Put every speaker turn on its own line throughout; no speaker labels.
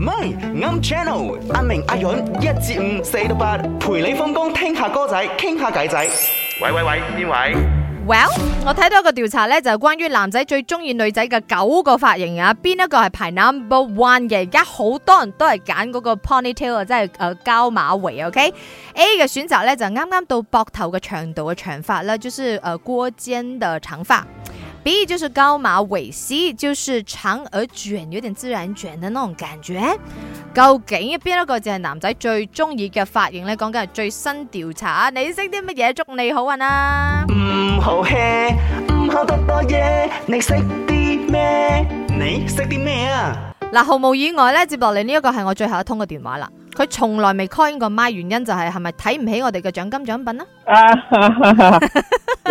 咪啱 channel，阿明阿允一至五四到八，陪你放工聽下歌仔，傾下偈仔。喂喂喂，邊位？
Well，我睇到一個調查咧，就係關於男仔最中意女仔嘅九個髮型啊，邊一個係排 number one 嘅？而家好多人都係揀嗰個 ponytail 啊，即係誒膠馬尾。OK，A 啊嘅選擇咧就啱啱到膊頭嘅長度嘅長髮啦，就是呃誒過肩嘅長髮。B 就是高馬尾，C 就是長而捲，有點自然捲的那種感覺。究竟邊一個就係男仔最中意嘅髮型呢？講緊係最新調查，啊你識啲乜嘢？祝你好運啊！
唔好 hea，唔好多多嘢，你識啲咩？你識啲咩啊？
嗱，毫無意外咧，接落嚟呢一個係我最後一通嘅電話啦。佢從來未 call in 過麥，原因就係係咪睇唔起我哋嘅獎金獎品啊？
啊，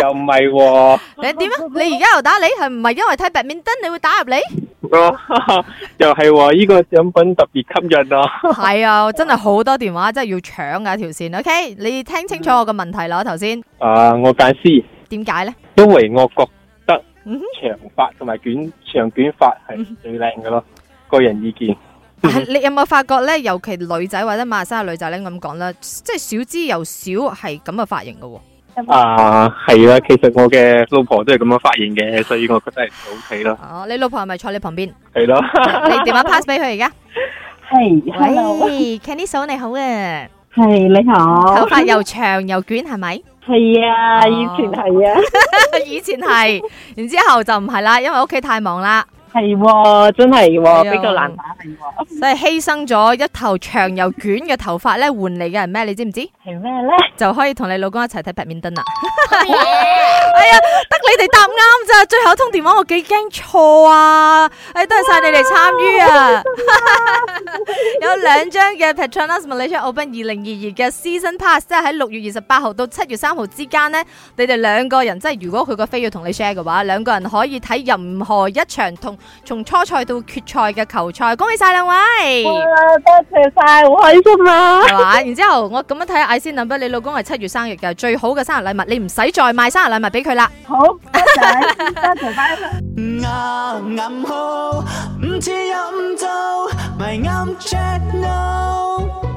又唔係喎，
你點啊？你而家又打你，係唔係因為睇白面燈你會打入嚟？
哦 又係喎，呢個獎品特別吸引啊！
係啊，真係好多電話，真係要搶噶條線。OK，你聽清楚我嘅問題啦，頭先
啊，我揀 C，
點解呢？
因為我覺得
嗯哼嗯
長髮同埋捲長捲髮係最靚嘅咯，個人意見。
但係 你有冇發覺呢？尤其女仔或者馬來西亞女仔咧咁講啦，即係少之又少係咁嘅髮型嘅喎。
啊，係啦，其實我嘅老婆都係咁樣髮型嘅，所以我覺得係 O K 咯，
哦，你老婆係咪坐你旁邊？你
係咯。
電話 pass 俾佢而家。
系，hello，
喂，Kenny 嫂你好啊！
系你好
头，发又长又卷系咪？
系啊，
哦
以前系啊，
以前系，然之后就唔系啦，因为屋企太忙啦，
系喎，真系
啊
喎，比较难打系喎，
所以牺牲咗一头长又卷嘅头发咧，换嚟嘅系咩？你知唔知？
系咩咧？
就可以同你老公一齐睇白面灯啦。 哎呀，得你哋答啱咋，最后一通电话我几惊错啊！哎，多谢晒你哋参与啊！ 有兩張嘅 Petronas Malaysia Open 二零二二嘅 Season Pass，即係喺六月二十八號到七月三號之間呢，你哋兩個人即係如果佢個飛要同你 share 嘅話，兩個人可以睇任何一場同從初賽到決賽嘅球賽。恭喜晒兩位！
哇，啊多谢晒，好开心啊！
係嘛？然之後我咁樣睇下 IC number，你老公係七月生日嘅，最好嘅生日禮物，你唔使再買生日禮物俾佢啦。
好，多谢，多谢，拜拜。
啱啱好，唔似飲酒，咪啱 channel。